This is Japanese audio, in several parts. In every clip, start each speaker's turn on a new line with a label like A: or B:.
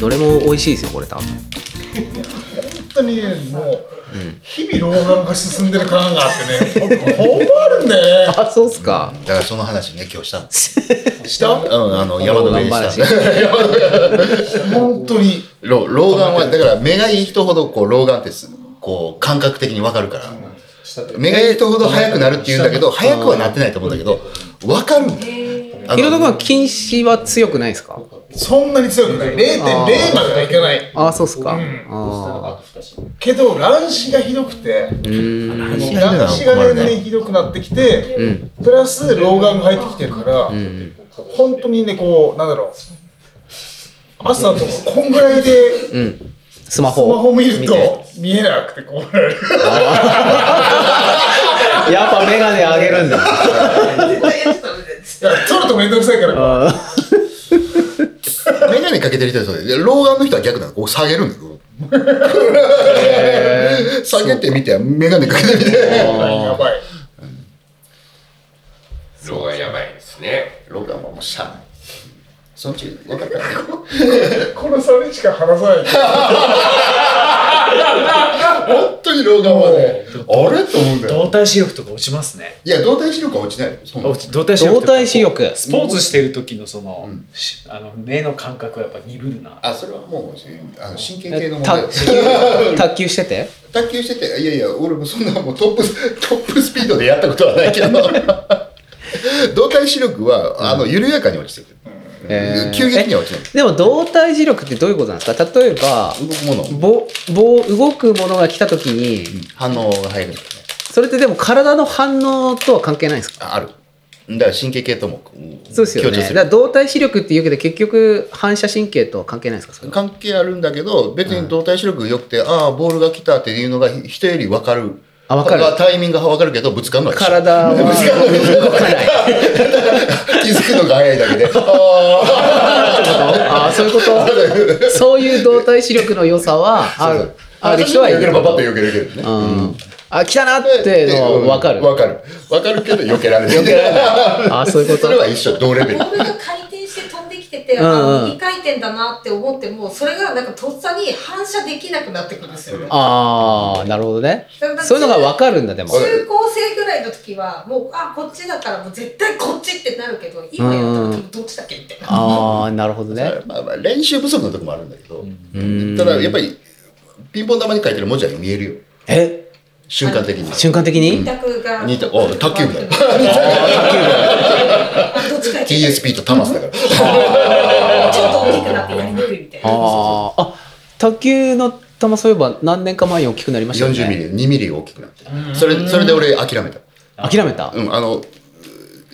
A: どれも美味しいですよこれ多分
B: 本当にねもう、日々老眼が進んでる感があってねほぼあるんだよ ね
A: あそうっすか
C: だからその話ね今日した の
B: 下
C: うんあの山の上でした
A: 頑張らしい
B: 本当に
C: 老老眼はだから目がいい人ほどこう老眼ってすこう感覚的に分かるから目がいい人ほど早くなるって言うんだけど早くはなってないと思うんだけど分かるんだよあ
A: ヒロト君
C: の
A: は近視は強くないですか
B: そんなに強くない0.0まではいかない
A: ああそうっすか、
B: ん
A: あ
B: けど乱視がひどくて
A: ーうーん
B: もう
C: が出たら
B: 乱視が
C: 困る
B: 年々
C: ね
B: ひどくなってきて、
A: うん
B: プラス老眼が入ってきてるから、
A: うん
B: 本当にねこうなんだろう朝とかこんぐらいで
A: うんスマ
B: ス
A: ホ
B: マホ見る
A: 見
B: と
A: て
B: 見えなくてこうなる
A: やっぱメガネあげるんだ
B: いや撮ると面倒くさいから
A: あ
C: 眼鏡かけてる人はそうです老眼の人は逆なのこう下げるんだよ下げてみて眼鏡かけてみて
B: やばい
D: ロがやばいですね。
C: 老眼はもうしゃあないそのうち分かるからね
B: この3人しか話さない
C: 本当に老眼はねあれと思うんだよ
E: 動体視力とか落ちますね
C: いや動体視力は落ちないよそんなの
E: 落ち動体視力
A: 動
E: とか
A: 体視力
E: スポーツしてる時のその,し、あの目の感覚はやっぱ鈍るな
C: あそれはもうあの神経系の問題
A: 卓球卓球して て
C: 卓球してていやいや俺もそんなもうトップ トップスピードでやったことはないけど 動体視力はあの緩やかに落ちてくる、
A: えー
C: 急激には落ちない
A: でも動体視力ってどういうことなんですか例えば
C: 動くもの
A: ぼぼ動くものが来た時に
C: 反応が入るんだよね
A: それってでも体の反応とは関係ないんですか
C: ああるだから神経系ともうん
A: そうですよ
C: 強
A: ね
C: 調
A: だ
C: す
A: か
C: る
A: ら動体視力っていうけど結局反射神経とは関係ないんですかそれは
C: 関係あるんだけど別に動体視力良くて、ああボールが来たっていうのが人より分かる
A: あ分かる
C: タイミングが分かるけどぶつかるのは一緒
A: 体は 動かない
C: 気づくのが早いだけで あ
A: ああそういうこと そういう動体視力の良さはある
C: あ
A: ある人はい
C: よけれ
A: る
C: ばパッとよけれるけどね、
A: うんあ来たなっていうのは分かる
C: わかる。わかるけど、避けられない。避けられ
A: あそういうこと
C: それは一緒、同レベル
F: ボ。ールが回転して飛んできてて、
A: うんうん
F: あ右回転だなって思っても、それがなんかとっさに反射できなくなってくるんですよ。
A: ああなるほどね
F: だから
A: そういうのが分かるんだでも
C: わかる
F: 中高生ぐらいの時は、もう、あ、こっちだからもう絶対こっちってなるけど、今やった時どっちだっけみたいな。
A: ああなるほどね
C: まあまあ、練習不足のとこもあるんだけど、
A: ん
C: ただやっぱり、ピンポン玉に書いてる文字は見えるよ。
A: え
C: 瞬間的に。
A: 瞬間的に
F: 二択が。
C: 似たお卓球部だ よ
F: あどっちかやってた
C: TSP とタマスだから。
F: ちょっと大きくなってやりにくいみたいな。
A: あーあ卓球の球そういえば何年か前に大きくなりましたよね
C: 40ミリ、2ミリ大きくなって。それ、それで俺諦めた。
A: 諦めた、
C: うん、あの、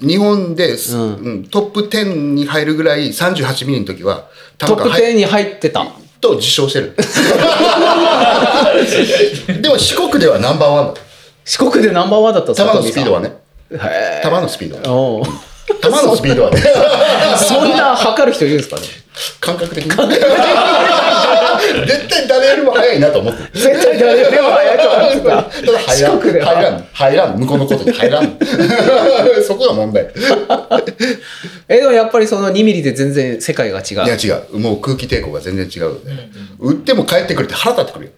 C: 日本で、す
A: うん
C: うんトップ10に入るぐらい38ミリの時は、タ
A: ト
C: マ
A: ッ
C: が
A: プ
C: 入っ
A: 10に入ってた
C: と自称し てる。でも四国ではナンバーワンだ。
A: 四国でナンバーワンだった
C: 球のスピードはね。
A: へ
C: 球のスピードはね。
A: おう
C: 球のスピードはね。
A: そんな測る人いるんですかね
C: 感覚的に。絶対誰よりも速いなと思ってる。
A: 絶対誰よりも速いと思ってた
C: ただ入らん
A: 四国では
C: 入らん入らん向こうのことに 入らんそこが問題い
A: えでもやっぱりその2ミリで全然世界が違う
C: や違うもう空気抵抗が全然違う、ね打っても帰ってくるって腹立ってくるよ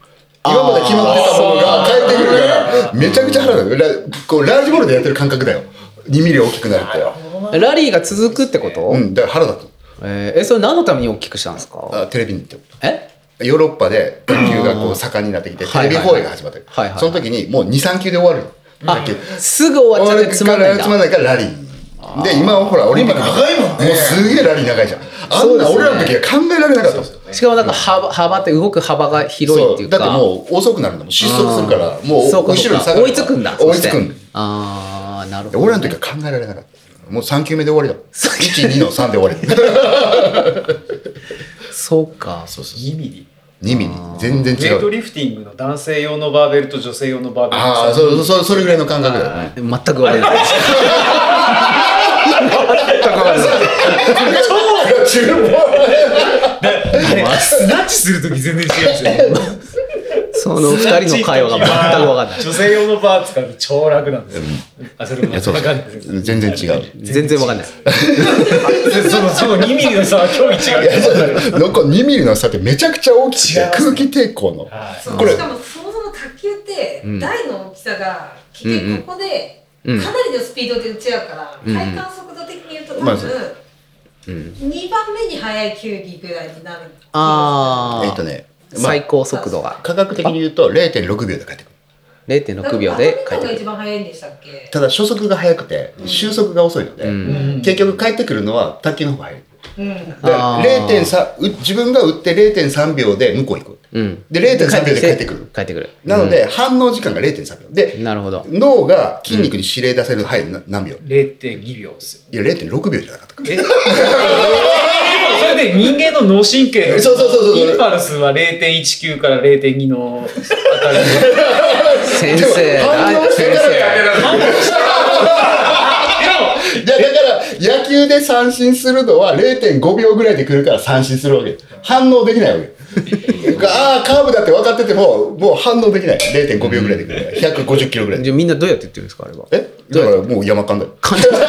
C: 今まで決まってたものが帰ってくるからめちゃくちゃ腹立るラこうラージボールでやってる感覚だよ2ミリ大きくなるって
A: ラリーが続くってこと、
C: うんだから腹立つ
A: えーえそれ何のために大きくしたんですか
C: あテレビに行っても
A: え
C: ヨーロッパで卓球がこう盛んになってきてテレビ放映が始まってる
A: はいはいはい
C: その時にもう23球で終わるよ
A: あ
C: 卓球
A: すぐ終わっちゃってつまんないんだ
C: つまんないからラリーで今はほらオリンピック長いもんねうすげえラリー長いじゃんあんな俺らの時は考えられなかったそう,、
A: しかもなんか幅幅って動く幅が広いっていうか
C: だってもう遅くなるんだもん失速するからもう
A: そ
C: 後
A: うか
C: ろに
A: そ
C: 下
A: うか
C: がる
A: 追いつくんだ
C: 追いつく
A: そ
C: んだ
A: してああなるほ
C: で
A: ど、
C: 俺らの時は考えられなかったもう3球目で終わりだ12の3で終わり
A: そうか
C: そうそう
E: 2ミリ
C: 2ミリ全然
E: ウェイト
C: 違う
E: リフティングの男性用のバーベルと女性用のバーベルの
C: ああそうそうそれぐらいの感覚だよね
A: 全く割れ ない
C: 十分
E: あれス ナッチする時全然 違うんですよ
A: その二人の会話が全く分かんない
E: 女性用のバー使うと超楽なんですよあそれも
C: いやそう
E: わかんない
C: 全然違う
A: 全然わかんない。
E: そのその2ミリの差は今日違う
C: いやそうだねなんか2ミリの差ってめちゃくちゃ大きくて
E: 違います
C: 空
E: ね
C: 気抵抗の
E: はい
F: そう
C: これ
F: しかもそもそも卓球って
A: ん
F: 台の大きさが結局ここでか
A: うん
F: なりのスピードで打ち合うから、
A: ん
F: 体感速度的に言うと多分、
C: まあそう
A: うん
F: 2番目に速い球技ぐらいになる
A: ああ、
C: えっとねまあ
A: 最高速度が
C: 科学的に言うと0.6秒で帰ってくる
A: 0.6秒で
F: 帰
A: 帰
F: っ
A: っててくる。
F: が一番速いんでしたっけ
C: ただ初速が速くて終速が遅いので、
A: うん
C: 結局帰ってくるのは卓球の方が早い
F: うん
C: だか
A: あ
C: ら
A: ー
C: 0.3う自分が打って0.3秒で向こう行く
A: うん。
C: で0.3秒で帰ってくる
A: 帰ってくる。
C: なので、反応時間が0.3秒
A: う
C: で
A: ん、なるほど。
C: 脳が筋肉に指令出せる範囲な何秒
E: 0.2秒ですよ
C: いや0.6秒じゃなかったか
E: えでもそれで人間の脳神経の
C: そうそうそうそう
E: インパルスは0.19から0.2のあたり
A: 先生、
C: でも反応
A: 大
C: して
A: 先
C: から
A: 生。
C: いやだから野球で三振するのは0.5秒ぐらいで来るから三振するわけ反応できないわけああカーブだって分かっててももう反応できない0.5秒ぐらいで来るから150キロぐらいで
A: じゃあみんなどうやって言ってるんですかあれは。
C: えだからもう山間だよ
A: 簡単
C: 感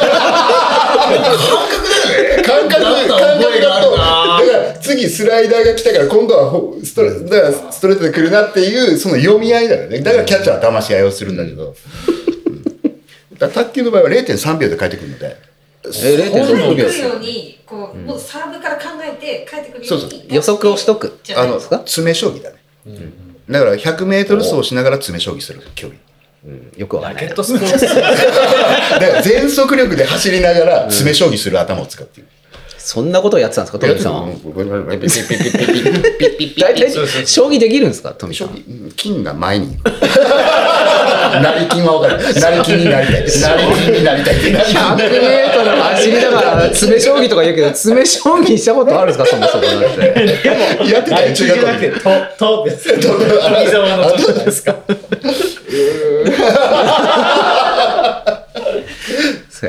C: 覚
B: な
C: 感
B: ん
C: 覚
B: か覚えがあ
C: だ
B: る
C: と
B: な
C: だから次スライダーが来たから今度はほストレだからストレートで来るなっていうその読み合いだよねだからキャッチャーは騙し合いをするんだけど、うんだから卓球の場合は0.3秒で返ってくるの
A: え
C: で
F: 帰っ
A: 0.6
F: て
A: 秒
F: く
A: で
F: る
A: す
F: ようにこう、もうサーブから考えて帰ってくるように
C: そうそう
A: 予測をしとく
F: じゃ
C: あ
F: ない
C: の
F: ですか
C: 詰め将棋だね、だから 100m 走しながら詰め将棋する競技
A: よくわか
E: ラ
A: んな
E: ケッ
A: い。
E: トスポーツ
C: だから全速力で走りながら詰め将棋する頭を使っている、
A: そんなことをやってたんですか、トミーさんは。大体
E: そうそう
A: 将棋できるんですか、トミーさ
C: 将
A: ん。
C: 棋うん金が前に成金は分 かる成金になりたい成金になりたい
A: 100メートル走りながら詰将棋とか言うけど詰将棋したことあるんですかそもそもなんて
C: やってたよ中
E: 中
C: 学
E: 学
C: 校
E: なくて「と」「と」です富澤の「と」じゃないですか
A: せ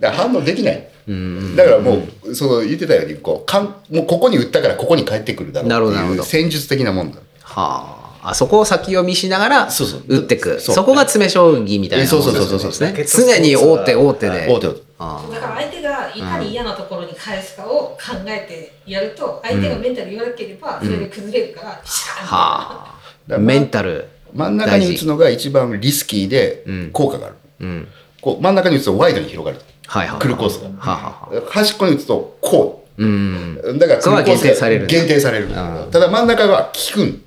C: だから反応できないだからもうその言ってたようにこうかんもうここに打ったからここに帰ってくるだろう
A: なるほどな
C: っ
A: るほ
C: ていう
A: ど
C: 戦術的なもんだ
A: はああそこを先読みしながら
C: そうそう
A: 打ってく
C: そう
A: そこが詰将棋みたいな
C: えそうそうそうそう
A: ものですね
E: そうそうそう
A: 常に王手王手で
C: 王手王手
A: あ
F: だから相手がいかに嫌なところに返すかを考えてやると相手がメンタル弱ければそれで崩れるから、シャーン
A: あ
F: って
A: はあ
C: だから
A: メンタル
C: 真ん中に打つのが一番リスキーで
A: うん
C: 効果がある、
A: うん
C: こう真ん中に打つとワイドに広がる
A: はいはい
C: 来るコースが
A: はあはあはあ
C: 端っこに打つとこ
A: うん
C: うだから
A: そこは
C: 来るコースが
A: 限定されるんだ
C: 限定されるただ真ん中は効くん、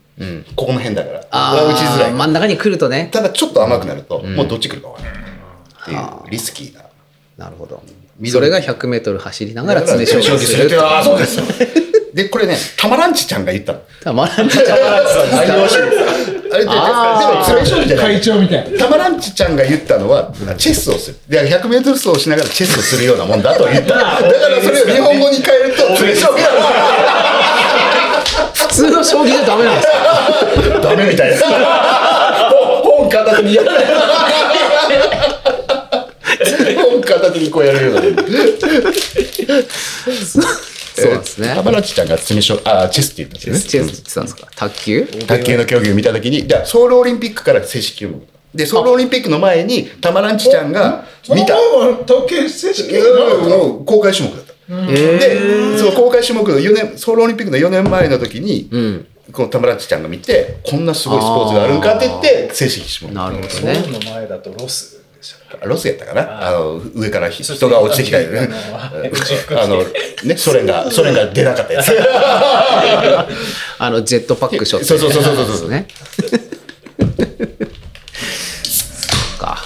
C: ここの辺だから
A: あ
C: 打ちづら
A: あ
C: い
A: 真ん中に来るとね
C: ただちょっと甘くなると、もうどっち来るか分からないっていうリスキーな。
A: なるほどそれが 100m 走りながら詰将棋
C: 詰将棋
A: す
C: す
A: る
C: るってああそうですよ。 でこれねたまらんちちゃんが言ったの。
A: たまらんちゃう
C: 愛用手術あれででも詰将棋じゃな
B: 会
C: い。
B: 長みたいな
C: たまらんちちゃんが言ったのはチェスをする。で100メートル走をしながらチェスをするようなもんだと言った。だからそれを日本語に変えると詰将棋だ
A: 普通の将棋じゃダメなんですか
C: な。ダメみたいです。本片手にやらない。本片手にこうやるような。
A: そうなんですね
C: えー。たまらんちちゃんが詰将あチェスって言ったんですよね。
A: チェスって言ってたんですか卓球
C: 卓球の競技を見たときに、じゃあソウルオリンピックから正式注目。で、ソウルオリンピックの前に、たまらんちちゃんが見た、
B: お前は時計正式になるの
C: うん公開種目だった。で、その公開種目の4年、ソウルオリンピックの4年前の時に、
A: ん
C: このたまらんちちゃんが見て、こんなすごいスポーツがあるんかって言って、正式種目。
A: なるほど
E: そう
A: ね
E: の前だとロスでしたっけ
C: ロスやったかなあの上から人が落ちてきたよね。 あの、ね、ソ連が、ソ連が出なかったやつ。
A: あのジェットパックショット
C: そうそうそうそうそう
A: ですねそっか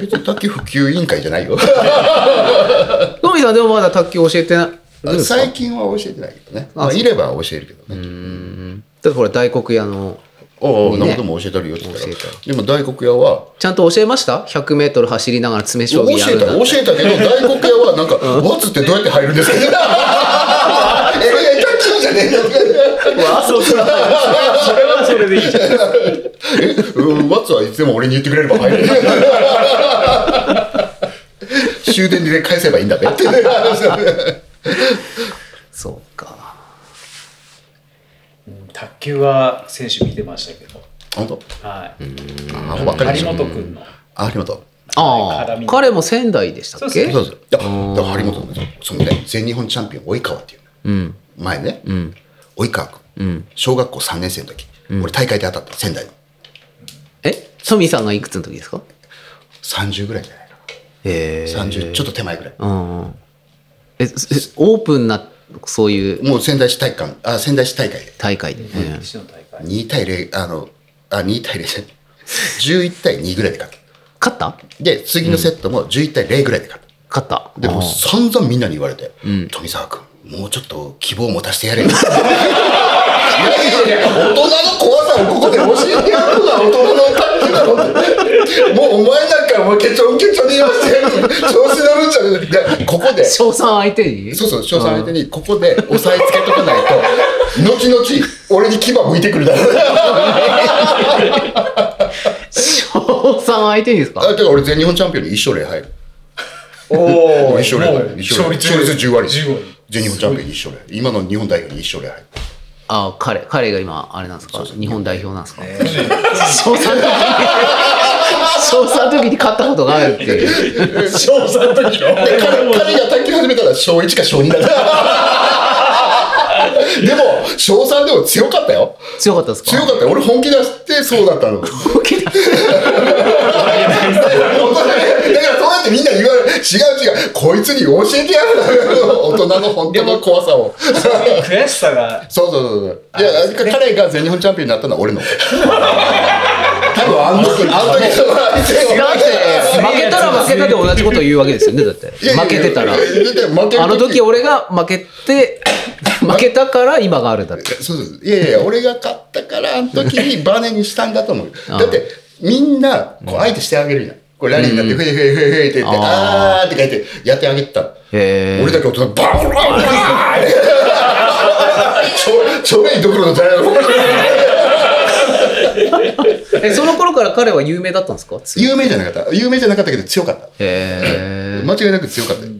C: 別に卓球普及委員会じゃないよ。
A: トミーさんでもまだ卓球教えてないどうですか
C: 最近は教えてないけどね。まあ、いれば教えるけどね。
A: だってほら大黒屋の
C: おお、
A: ね
C: なことも教えたりよって言ったら
A: 教えた
C: でも大黒屋は
A: ちゃんと教えました ?100m 走りながら詰
C: 教
A: 将棋
C: え
A: や
C: た
A: るんだ
C: 教えたけど大黒屋はなんか「ワッツってどうやって入るんですか? 」ええ卓球じゃねえよ」
E: それはそれでいいじゃん
C: えうんワッツはいつでも俺に言ってくれれば入る」終電で返せばいいんだねって
A: そうか
E: 卓球は選手見てましたけど
C: 本当
E: は
C: あ
E: い。
C: あばっかりでし
E: 有
C: ょ
E: 本君の。
C: あ張本
E: あ
A: あ
E: ー
A: あ、彼も仙台でしたっけ
C: そうですいやだから張本そのね全日本チャンピオン及川っていう
A: うん。
C: 前ね
A: うん。
C: 及川君
A: うん。
C: 小学校3年生の時俺大会で当たった仙台の
A: えソミさんがいくつの時ですか
C: 30ぐらいじゃないか
A: ええ
C: な30ちょっと手前ぐらい
A: うんうん。え、すオープンな、そういう
C: もう仙台市体育館あ仙台市大会で
A: 大会で。うん
E: 西野大会。
C: 2対0あのあ2対0じゃない11対2ぐらいで勝っ
A: 勝った
C: たで次のセットも11対0ぐらいで勝った
A: 勝った。
C: でも
A: あ
C: う
A: ー
C: 散々みんなに言われて、富澤君、もうちょっと希望を持たせてやれよ。いやいやいや大人の怖さをここで教えてやるのが大人の感じだろって。もうお前なんかもうケチョンケチョンに言わせてやる。調子乗るんじゃねえいやここで、
A: 賞賛相手に
C: そうそう、翔さん相手にここで押さえつけとかない と、後々俺に牙向いてくるだ ろう。
A: 賞賛相手にですか
C: あだから俺全日本チャンピオンに一勝0入る。
E: お
C: 一勝0入る。一
B: 勝
C: 勝0
B: 率
C: 勝率10割。
E: 15人。
C: 全日本チャンピオンに一勝0。今の日本代表に一勝0入る。
A: ああ、彼、彼が今、あれなんですか
C: そう
A: 日本代表なんですか賞賛 の時に、賞賛の時に勝ったことがあるっていう。
B: 小3の時の
C: で彼彼が卓球始めたら小1か小2だった でも小3でも強かったよ
A: 強かったですか
C: 強かったよ俺本気出してそうだ ったのだから
A: 大きいな
C: そうやってみんなに言われる違う違うこいつに教えてやる大人の本当の怖さを
E: 悔しさが。
C: そうそうそうそういや彼が全日本チャンピオンになったのは俺の多分あの時あの時の相手
A: だって、負けたら負けたで同じこと言うわけですよね、だって。
C: いやいや
A: 負けてたら
C: い。やいや負ける
A: あの時俺が負けて、負けたから今があるんだって。
C: そうそういやいや俺が勝ったからあの時にバネにしたんだと思う
A: ああ
C: だってみんなこう相手してあげるじゃんこうラリーになってフェイフェイフェイフェイって言って
A: うん
C: あーって書いてやってあげてたの
A: へー
C: 俺だけ大人バーンバーンバーンちょちょいどころの誰だろう
A: え、その頃から彼は有名だったんですか
C: 有名じゃなかった有名じゃなかったけど強かった
A: へえ。
C: 間違いなく強かったよ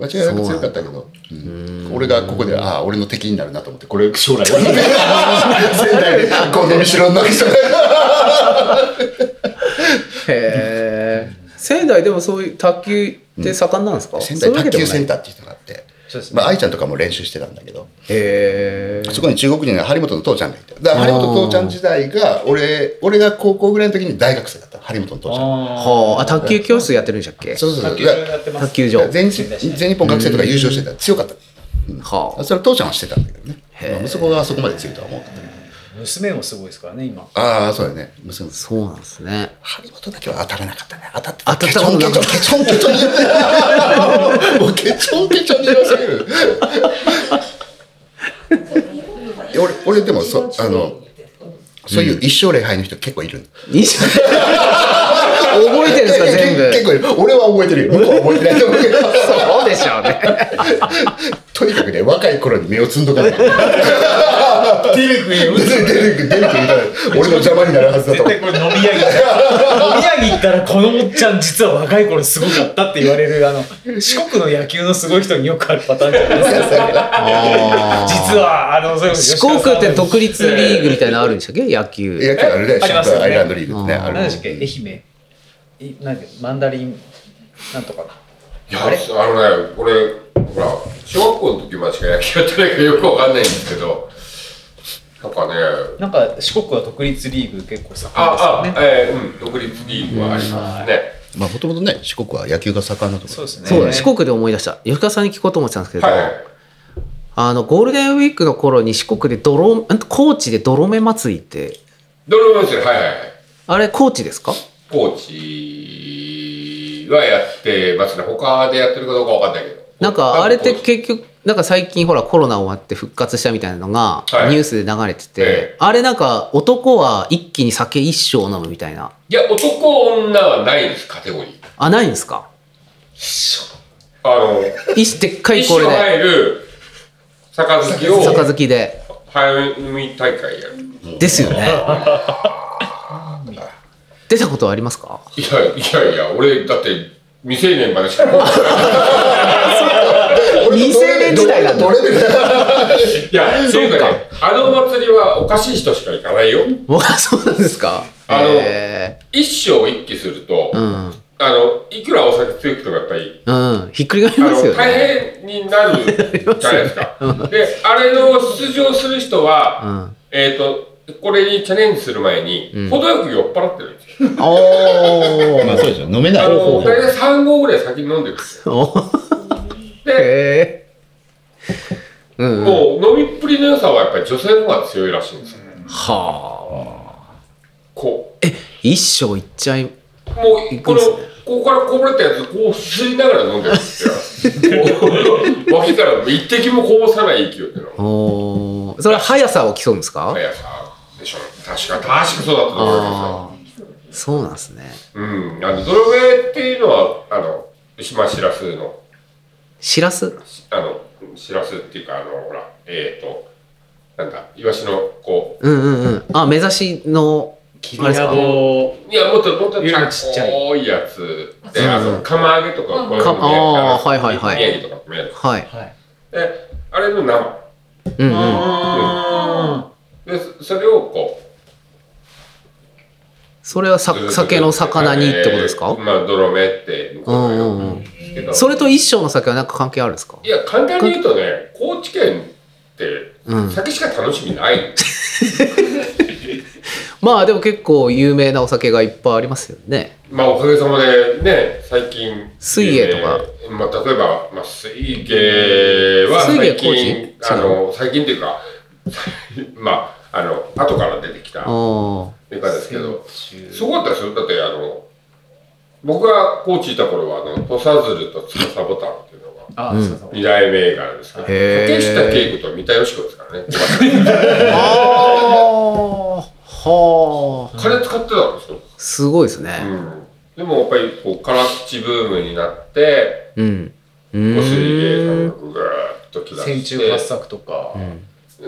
C: 間違いなく強かったけど、うん俺がここでああ俺の敵になるなと思ってこれ将来 俺の敵仙台でこう伸びしろになる人が
A: へえ。仙台でもそういう卓球って盛んなんですか、
C: 仙台卓球セン
A: ター。
C: ターっていう人があって
E: そうですね
C: まあ、愛ちゃんとかも練習してたんだけど
A: へえ。
C: そこに中国人の張本の父ちゃんがいてだから張本の父ちゃん時代が俺俺が高校ぐらいの時に大学生だった張本の父ちゃん
E: あ
A: はあ、あ、卓球教室やってるんでしたっけ
C: そうそう
E: あ。
C: そう
E: 卓球場やってます。
A: 卓球場。
C: 全日全日本学生とか優勝してた強かった
A: はあ。
C: それは父ちゃんはしてたんだけどね、まあ、息子があそこまで強いとは思わなかったね
E: 娘もすごいですからね、今。
C: ああそうだね娘
A: そうなんです ね。
C: 張本だけは当たらなかったね当たって
A: 当たったことなかった
C: ケチョンケチョンケチョン言わせるもうケチョンケチョンに言わせる俺俺でもそあのそういう一勝0敗の人結構いる、
A: いいじゃん覚えてるんですか、全部。
C: 結構いる俺は覚えてるよ向こうは覚えてないと思うけど
A: そうでしょう ね。
C: とにかくね若い頃に目をつんどかない出
E: テレビへ
C: てく出てく出てく俺の邪魔になるはずだと思
E: 絶
C: う
E: 対これ飲み屋に行ったら飲み屋に行ったらこのおっちゃん実は若い頃すごかったって言われるあの四国の野球のすごい人によくあるパターンじゃないですか実はあのそういう
A: 四国って独立リーグみたいなのあるんでしたっけ野球。
C: 野球あれだよ
E: ありますよね
C: アイランドリーグってね
A: うん
C: あ
E: 何で
C: れ
E: したっけ愛媛いなんかマンダリンなんとかない
D: や、あのね、これ、ほら、小学校の時までしか野球やってないからよくわかんないんですけど、なんかね、
E: なんか四国は独立リーグ結構
D: あ
E: 盛、んで
D: あ、
E: すよね
D: えー、うん、独立リーグはありますね。
C: まあもともとね四国は野球が盛んなとこ
E: そうですね
A: そうだ、四国で思い出した。吉川さんに聞こうと思ってたんですけど、
D: はい。
A: あの、ゴールデンウィークの頃に四国で泥、ん高知で泥目祭りって、
D: ドローンですよ、はいはいはい。
A: あれ高知ですか
D: コーチはやってますね。他でやってるかどうかわかんないけど。
A: なんかあれって
D: 多分
A: 結局、なんか最近ほらコロナ終わって復活したみたいなのが
D: はい
A: ニュースで流れてて、
D: ええ
A: あれなんか男は一気に酒一升飲むみたいな。
D: いや、男、女はないんです、カテゴリー。
A: あ、ないんですか
D: あの、
A: 一でっかい
D: 一
A: こ
D: 緒
A: れで、
D: 入る杯を
A: 杯で。
D: 早飲み大会やる。
A: ですよね。出たことあります か
D: いやいや いや、俺だって未成年までしか。
C: ろ
A: 未成年生時代なんだ
C: どれだよ
D: いや、っていうかね、あのお祭りはおかしい人しか行かないよ。
A: わそうなんですか
D: あの
A: へ
D: 一生一揆すると、
A: ーうん
D: あの、いくらお酒強くとかやっぱり、
A: うんひっくり返
D: あ
A: りま
D: の、
A: すよね
D: 大変になるじゃないで すか。で、あれの出場する人は、
A: うん
D: えっ、と、これにチャレンジする前に、
A: うん
D: 程よく酔っ払ってるんですよ。
A: お
G: まあ
A: ー
G: そうでしょ飲めない
D: あの、
G: 方法
D: 大体3合ぐらい先に飲んでるんですよ。
A: おー
D: で、
A: へーうんうん
D: もう飲みっぷりの良さはやっぱり女性の方が強いらしいんですよ。
A: はあ
D: こう。
A: 一生いっちゃい
D: もう、
A: 行く
D: こ
A: ん
D: の、
A: すね
D: ここからこぼれたやつ、こう吸いながら飲んでるんですよ。こう 脇から一滴もこぼさない勢いっていうの。
A: おーそれは速さを競うんですか
D: 速さでしょ確か確かそうだったと思
A: あーそうなんですね
D: うんですようんあの泥笛っていうのはあの島しらすの
A: しらす
D: しあのしらすっていうかあのほらえっ、ー、となんだイワシのこ
A: うんうんうんあ目指しの
E: キ
A: あれ
E: ビ
A: です
E: ナ
A: か
E: ゴ
D: ういやもっともっと
E: よりもちっちゃい
D: 多いやつで、
A: うん
D: あの釜揚げとかこういうの
A: かあーはいはいはい
D: 宮城とかもやる
A: はい
D: であれの生
A: うんうん
D: でそそれをこう
A: それはさ酒の魚にってことです
D: え
A: か
D: ーまあ泥目って向こうが呼ぶんですけど
A: それと一生の酒は何か関係あるんですか
D: いや簡単に言うとね高知県って
A: うん
D: 酒しか楽しみない、
A: まあでも結構有名なお酒がいっぱいありますよね
D: まあおかげさまでね最近
A: 水泳とか、
D: えーまあ、例えば、まあ、水泳は
A: 水
D: 最
A: 泳
D: 近
A: 高知
D: あの最近というか まああの後から出てきたと
A: あ
D: いうかですけどすごかったですよだってあの僕が高知いた頃はあの土佐鶴と司ボタンっていうのが
E: あそうそう
D: 二代銘柄ですから
A: へー
D: 竹下景子と三田佳子ですからね
A: ああはあ
D: 金使ってたんですよ
A: すごいですね
D: うんでもやっぱりこうカラッチブームになって
A: うんう
D: こう水芸さん
A: ー
D: が
A: ん
D: ぐーっと来だ
E: 戦
D: して
E: 中八作とか、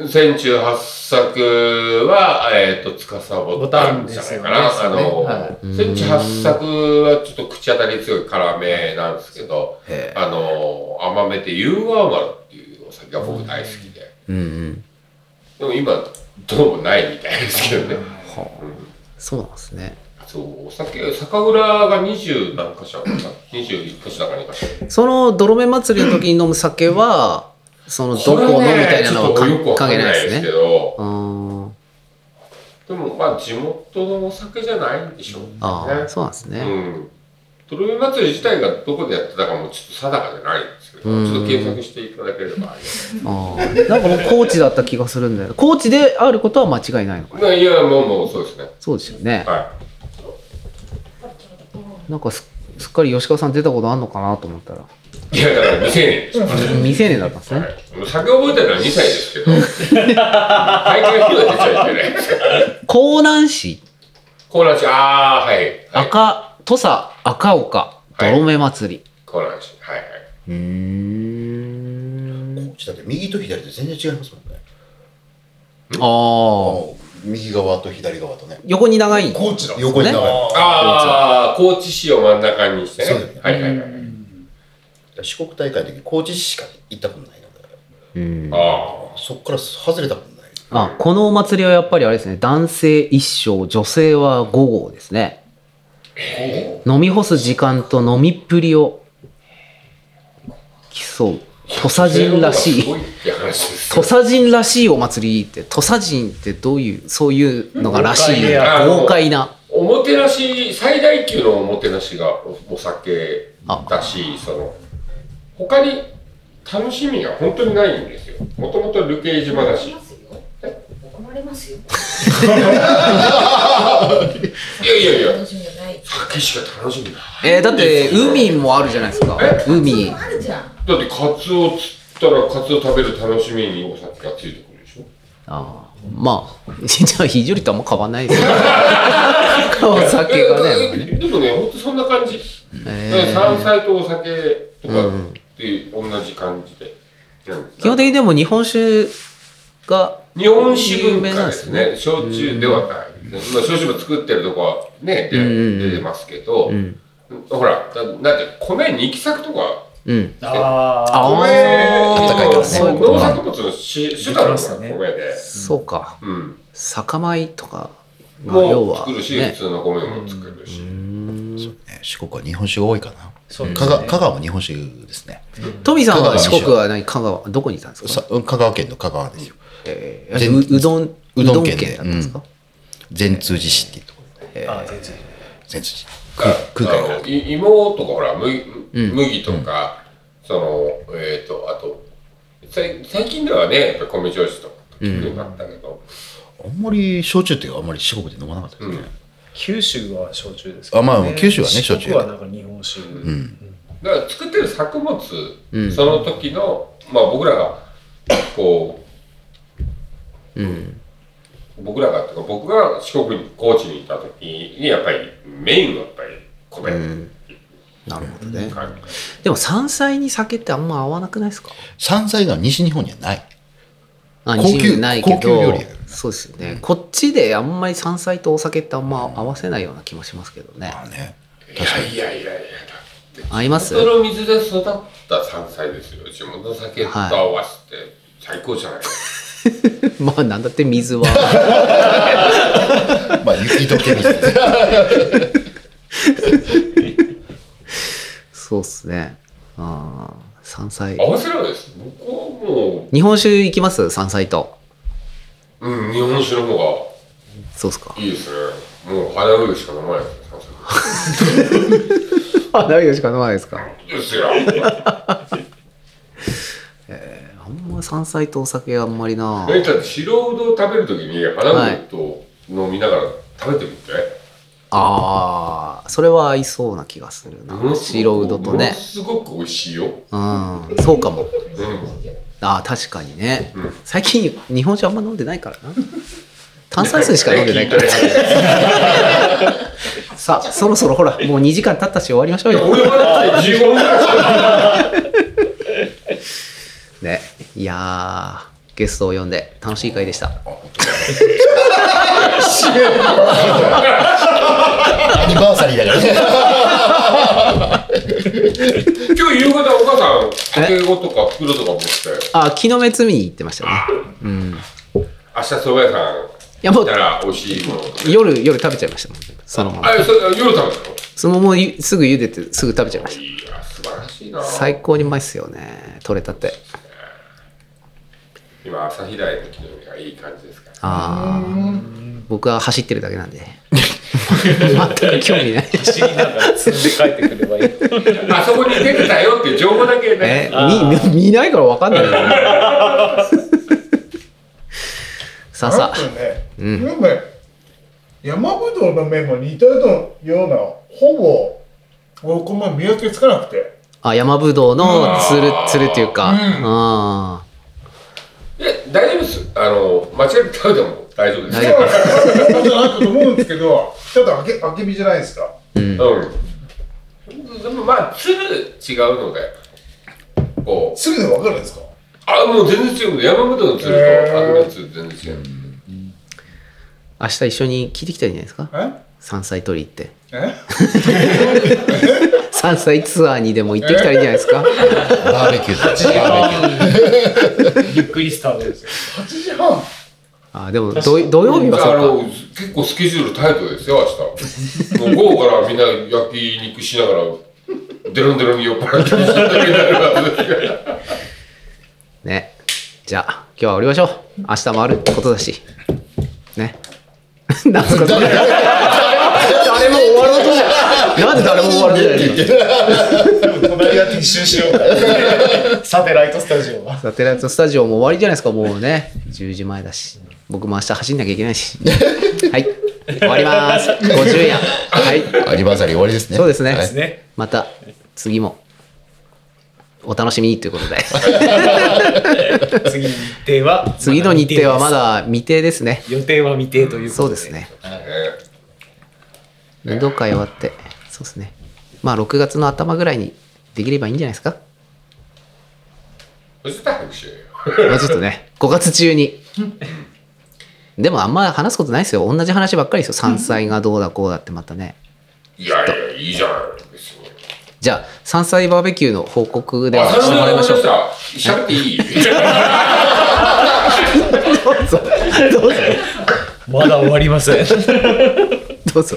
D: 戦中八作はえっ、と司ボタンじゃないかな、
E: ボタ
D: あ
E: ンですよ
D: の、
E: ねは
D: 戦中八作はちょっと口当たり強い辛めなんですけど
A: へ
D: あの甘めてユーワーマルっていうお酒が僕大好きで、
A: うんうん
D: でも今どうもないみたいですけどね、
A: そうなんですね
D: そうお酒酒蔵が二十何箇所あるのかな21箇所だか2箇所
A: その泥目祭りの時に飲む酒はそのどこのみたいなのは
D: これねちょっとよくわか
A: 関係
D: んな
A: ないい
D: で
A: ですす
D: け
A: ね
D: ど、
A: あー
D: でもまあ地元のお酒じゃないんでしょうね。
A: あーそうなんです
D: う
A: ね
D: ん。トロイ祭り自体がどこでやってたかもちょっと定かじゃないんですけ
A: う
D: ど、
A: ん
D: ちょっと検索していただければ。
A: あーなんかもう高知だった気がするんだよ高知であることは間違いないのか
D: まあいや、もうもうそうですね。
A: そうですよね
D: は
A: なんかすすっかり吉川さん出たことあんのかなと思ったら
D: い。いや、だから未成年でしょ。
A: 未成年だったんですね
D: はいもう酒覚えてるのは2歳ですけど、 大会には出ちゃいけないですから。
A: 江南市
D: コーランああ、はい。はい、
A: 赤、土佐赤岡
D: はい
A: 泥目祭り、
D: コーランはいはい。
A: うーん
C: こっちだって右と左で全然違いますもんね
A: ああ
C: もう右側と左側とね
A: 横に長い
B: コーチだ
C: 横に長い、
D: ああ、高知市を真ん中にしてね。
C: そうですね
D: はいはいはい。
C: 四国大会の時高知市しか行ったことないので
A: うん
D: あ
C: そこから外れたことない
A: あこのお祭りはやっぱりあれですね男性一生女性は5号ですね飲み干す時間と飲みっぷりを競う土
D: あ。
A: 佐人らしい
D: すごいって話です
A: 土佐人らしいお祭りって土佐人ってどういうそういうのがらしい
E: 豪快な
A: 豪快な
D: おもてなし最大級のおもてなしがおお酒だしその他に楽しみが本当にないんですよもともと流刑島だしい
F: 怒られますよ。
D: やいやいや
F: 楽しみじゃない。
D: 酒しか楽しみない
A: えーだって海もあるじゃないですか
D: え
A: 海
F: あるじゃん。
D: だってカツオ釣ったらカツオ食べる楽しみにお酒がついてくるでしょ
A: あーまあ じゃあ非常にとあんま変わんない ですよお酒が
D: え
A: ね
D: えでもね本当そんな感じ、
A: えー
D: 山菜とお酒とかって同じ感じで、なんです
A: 基本的にでも日本酒が
D: 日本酒文化ですね。焼酎ではない。まあ、焼酎も作ってるとこはね、で
A: うんうんうん
D: 出てますけど、ほら、だだって米二期作とか
A: うん。
E: あ
A: あ
D: 米
A: ー
C: 高いからね
A: そういうこと
D: 農
A: か。
D: 作物のし手段が米で、
A: そうか。
D: うん、
A: 酒米とかが要
D: もう
A: は
D: 作るし、
A: ね
D: 普。通の米も作るし、
G: ね四国は日本酒が多いかな。
E: そうです
G: 香
E: ね
G: 川香川も日本酒ですね。
A: トミさんは四国は何香川どこにいたんですか。
G: さ香川県の香川ですよ。
A: えーううどんう
G: う
A: ど
G: ど
A: ん
G: ん
A: 県
G: 県
A: だったんですか。
G: 善通寺市っていうところ。
E: ーあー全然
G: 善通寺。
D: あのい芋とかほら麦,、麦とか、そのえっ、とあとさい最近ではねやっぱり米調子とか聞くようになったけど、
G: あんまり焼酎っていうかあんまり四国で飲まなかったですね。
E: 九州は焼酎ですけ
G: あまあ九州はね焼酎
E: 四国はなんか日本酒
D: だから作ってる作物、その時のまあ僕らがこう、僕らがとか僕が四国に高知にいた時にやっぱりメインはやっぱり米、
A: なるほどね。
D: 感じ
A: でも山菜に酒ってあんま合わなくないですか。
G: 山菜が西日本にはない。
A: あ
G: 高級
A: 自由ないけど
G: 高級料理だよね
A: そうですよね、こっちであんまり山菜とお酒ってあんま合わせないような気もしますけどね、
G: まあね。
D: いやいやいやいや
A: 合いま す
D: 地元の水で育った山菜ですよ地元の酒と合わせて最高じゃないですか、
A: まあなんだって 水は
G: まあ雪解け水です ね。
A: そうっすねあー山菜
D: 合わせろです僕はも
A: 日本酒いきます山菜と
D: う、うん、日本酒の方
A: そうっすか
D: がいいですねもう花うしか飲まないですよ山菜
A: あ何がしか飲まないですか
D: ですよ
A: あんま山菜とお酒あんまりな
D: えだって白うどん食べるときに花うと飲みながら食べてみて、
A: あーそれは合いそうな気がする
D: もの
A: な
D: すごく
A: 白うどと
D: もの
A: ね
D: すごく美味しいよ、
A: うんそうかも
D: うん、
A: あー確かにね、
D: うん
A: 最近日本酒あんま飲んでないからな炭酸水しか飲んでないからさあそろそろほらもう2時間経ったし終わりましょうよ、
D: 俺はだって15分ぐらいしか
A: ね、いやーゲストを呼んで楽しい会でした
G: アニバーサリーだからね。
D: 今日夕方お母さん酒ごとか袋とか持ってたよ
A: あ木の芽摘みに行ってましたねうんい
D: 明日蕎麦屋さん
A: やも
D: 行
A: う
D: ったら美味しいもの
A: 夜夜食べちゃいましたもんそのまま
D: あそれ夜食べたの
A: そのままゆすぐ茹でてすぐ食べちゃいました
D: いや素晴らしいな
A: 最高にうまいっすよね取れたて
D: 今朝日台の木の実がいい感じですから
A: ああ僕は走ってるだけ なんで全く興味ない
E: 走りながら積んで帰ってく ればいい
D: あそこに出てたよっていう情報だけね
A: え見見見ないから分かんないよ さあさ
B: なんかね、
A: うん
B: なんか山ぶどうの面も似たようなほぼお米見分けつかなくて
A: ああ山ぶどうのつるつるっていうか、
B: うん
A: あ
D: え大丈夫ですあの間違えて食べても大丈夫で
A: 大
D: す
A: 丈夫
B: そうじゃないかと思うんですけどちょっとあけあけびじゃないですか
D: うんでもまあつる違うのでこう
B: すぐで分かるんですか
D: あもう全然違う山本のつるとあのつる全然違う
A: あ明日一緒に聞いてきたらいいんじゃないですか
B: え
A: 山菜取り行って
B: え
A: 山菜ツアーにでも行ってきたらいいんじゃないです か
G: バーベキューだよバーベキュー。
E: ゆっくりスタートですよ
B: 8時半
A: ああでも土土曜日は
D: あ
A: そう
D: の結構スケジュールタイトですよ明日もう午後からみんな焼き肉しながらデロンデロンに酔っ払ってる人だけになるはずですから
A: かねじゃあ今日は降りましょう明日もあるってことだしね なんすかそれ誰も終わろうとしないなんで誰も終わろうとしないの
E: 隣は撤収しようかサテライトスタジオは
A: サテライトスタジオも終わりじゃないですか、もうね。10時前だし。僕も明日走んなきゃいけないし。はい。終わります。50円。はい。
G: アニバーサリー終わりですね。
A: そうですね。
G: はい
E: ね
A: また、次も、お楽しみにということで。
E: 次の日程は
A: 次の日程はまだ未定ですね。
E: 予定は未定ということ
A: そうですね。運動会終わって、そうですね。まあ、6月の頭ぐらいにできればいいんじゃないです か。
D: そしたら拍手よ
A: もうちょっとね、5月中に。でもあんま話すことないですよ。同じ話ばっかりですよ。山菜がどうだこうだってまたね。
D: いやいやいいじゃない別に
A: じゃあ、山菜バーベキューの報告でも
D: あ、
A: してもらいましょう。
D: しゃべっていい
E: まだ終わりま せん。
A: どうぞ。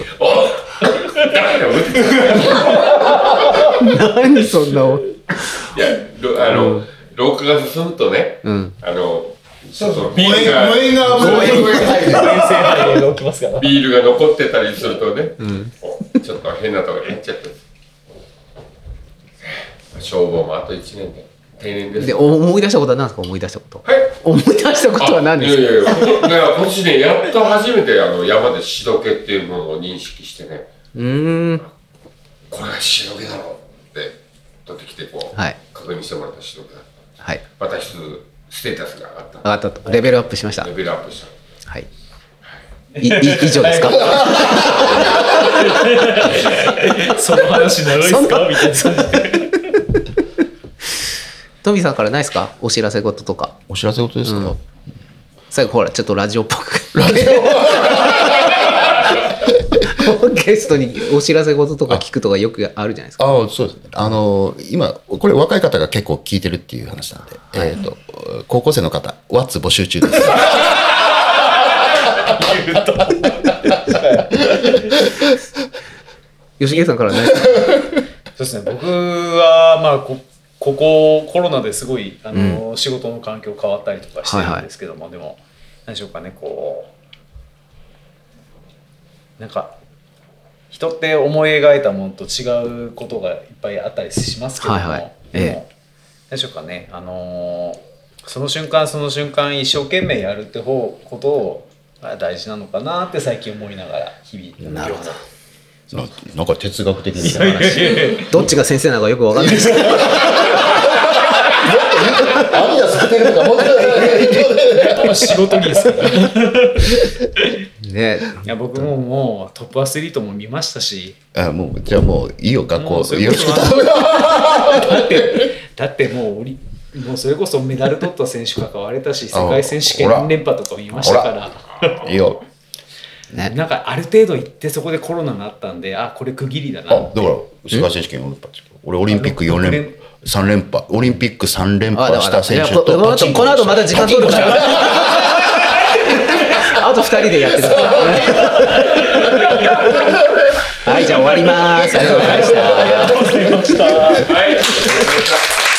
D: 誰だよ
A: 何そんなお。
D: いや、ろあの、老化が進むとね、
A: うん。
D: あの、
B: そうそう。
D: ビ
B: 燃
D: ール
B: え燃え
D: が、
B: が危ない。
E: 先生杯が起きます から。
D: ビールが残ってたりするとね、おちょっと変なとこに入っちゃって。消防もあと1年で定年です。
A: で、お思い出したことは何ですか思い出したこと。
D: はい。
A: 思い出したことは何です
D: い
A: か
D: やいやいや、だから今年ね、やっと初めてあの山でシドケっていうものを認識してね、
A: うーん。
D: これがシドケだろうって取ってきてこう、
A: はい
D: 確認してもらったシドケだ。
A: はい。
D: また一つステータスが上がった。
A: わかったと。レベルアップしました
D: レ。ベルアップした。
A: はい。いい以上ですか
E: その話長いですかみたいな。
A: トミーさんからないですかお知らせ事とか。
G: お知らせ事ですか、
A: 最後ほらちょっとラジオっぽくゲストにお知らせ事とか聞くとかよくあるじゃないですか
G: ああ、そうですね。あの、今、これ若い方が結構聞いてるっていう話なんで、えっ、と、高校生の方、ワッツ募集中 です。
A: 吉木さんからね
E: そうですね、僕は、まあ、こここコロナですごいあの、仕事の環境変わったりとかして
A: はい
E: る
A: はい
E: んですけども、でも何でしょうかねこうなんか人って思い描いたものと違うことがいっぱいあったりしますけども、
A: はいはい
E: でも
A: え
E: 何でしょうかねあのその瞬間その瞬間一生懸命やるって方ことをあ大事なのかなって最近思いながら日々なるほど
G: ななんか哲学的に。
A: どっちが先生なのかよくわかんないですけど
C: 涙すってるとか思ってた
E: 仕事にですから
A: ね
E: いや僕ももうトップアスリートも見ましたし
G: あもう、じゃあもういいよ、学
E: もうそ
G: 校。
E: れ
G: よ
E: こ
G: ろし
E: そ
G: く
E: は
G: 頼む。
E: だってだってもうオリもうそれこそメダル取った選手関われたし世界選手権
G: あほら
E: 連覇とか見ましたから
G: いいよ。
A: ね
E: なんかある程度行ってそこでコロナがあったんであこれ区切りだ
G: あ、だ
E: な
G: から、世界選手権4連覇俺、オリンピック4連覇。3連覇。オリンピック3連
A: あだ
G: 覇
A: か
G: した
A: ら
G: 選
A: いや
G: 手
A: ことこの後この後また時間取るからあと2人でやってたはいじゃあ終わりますありがとうございました
D: はい。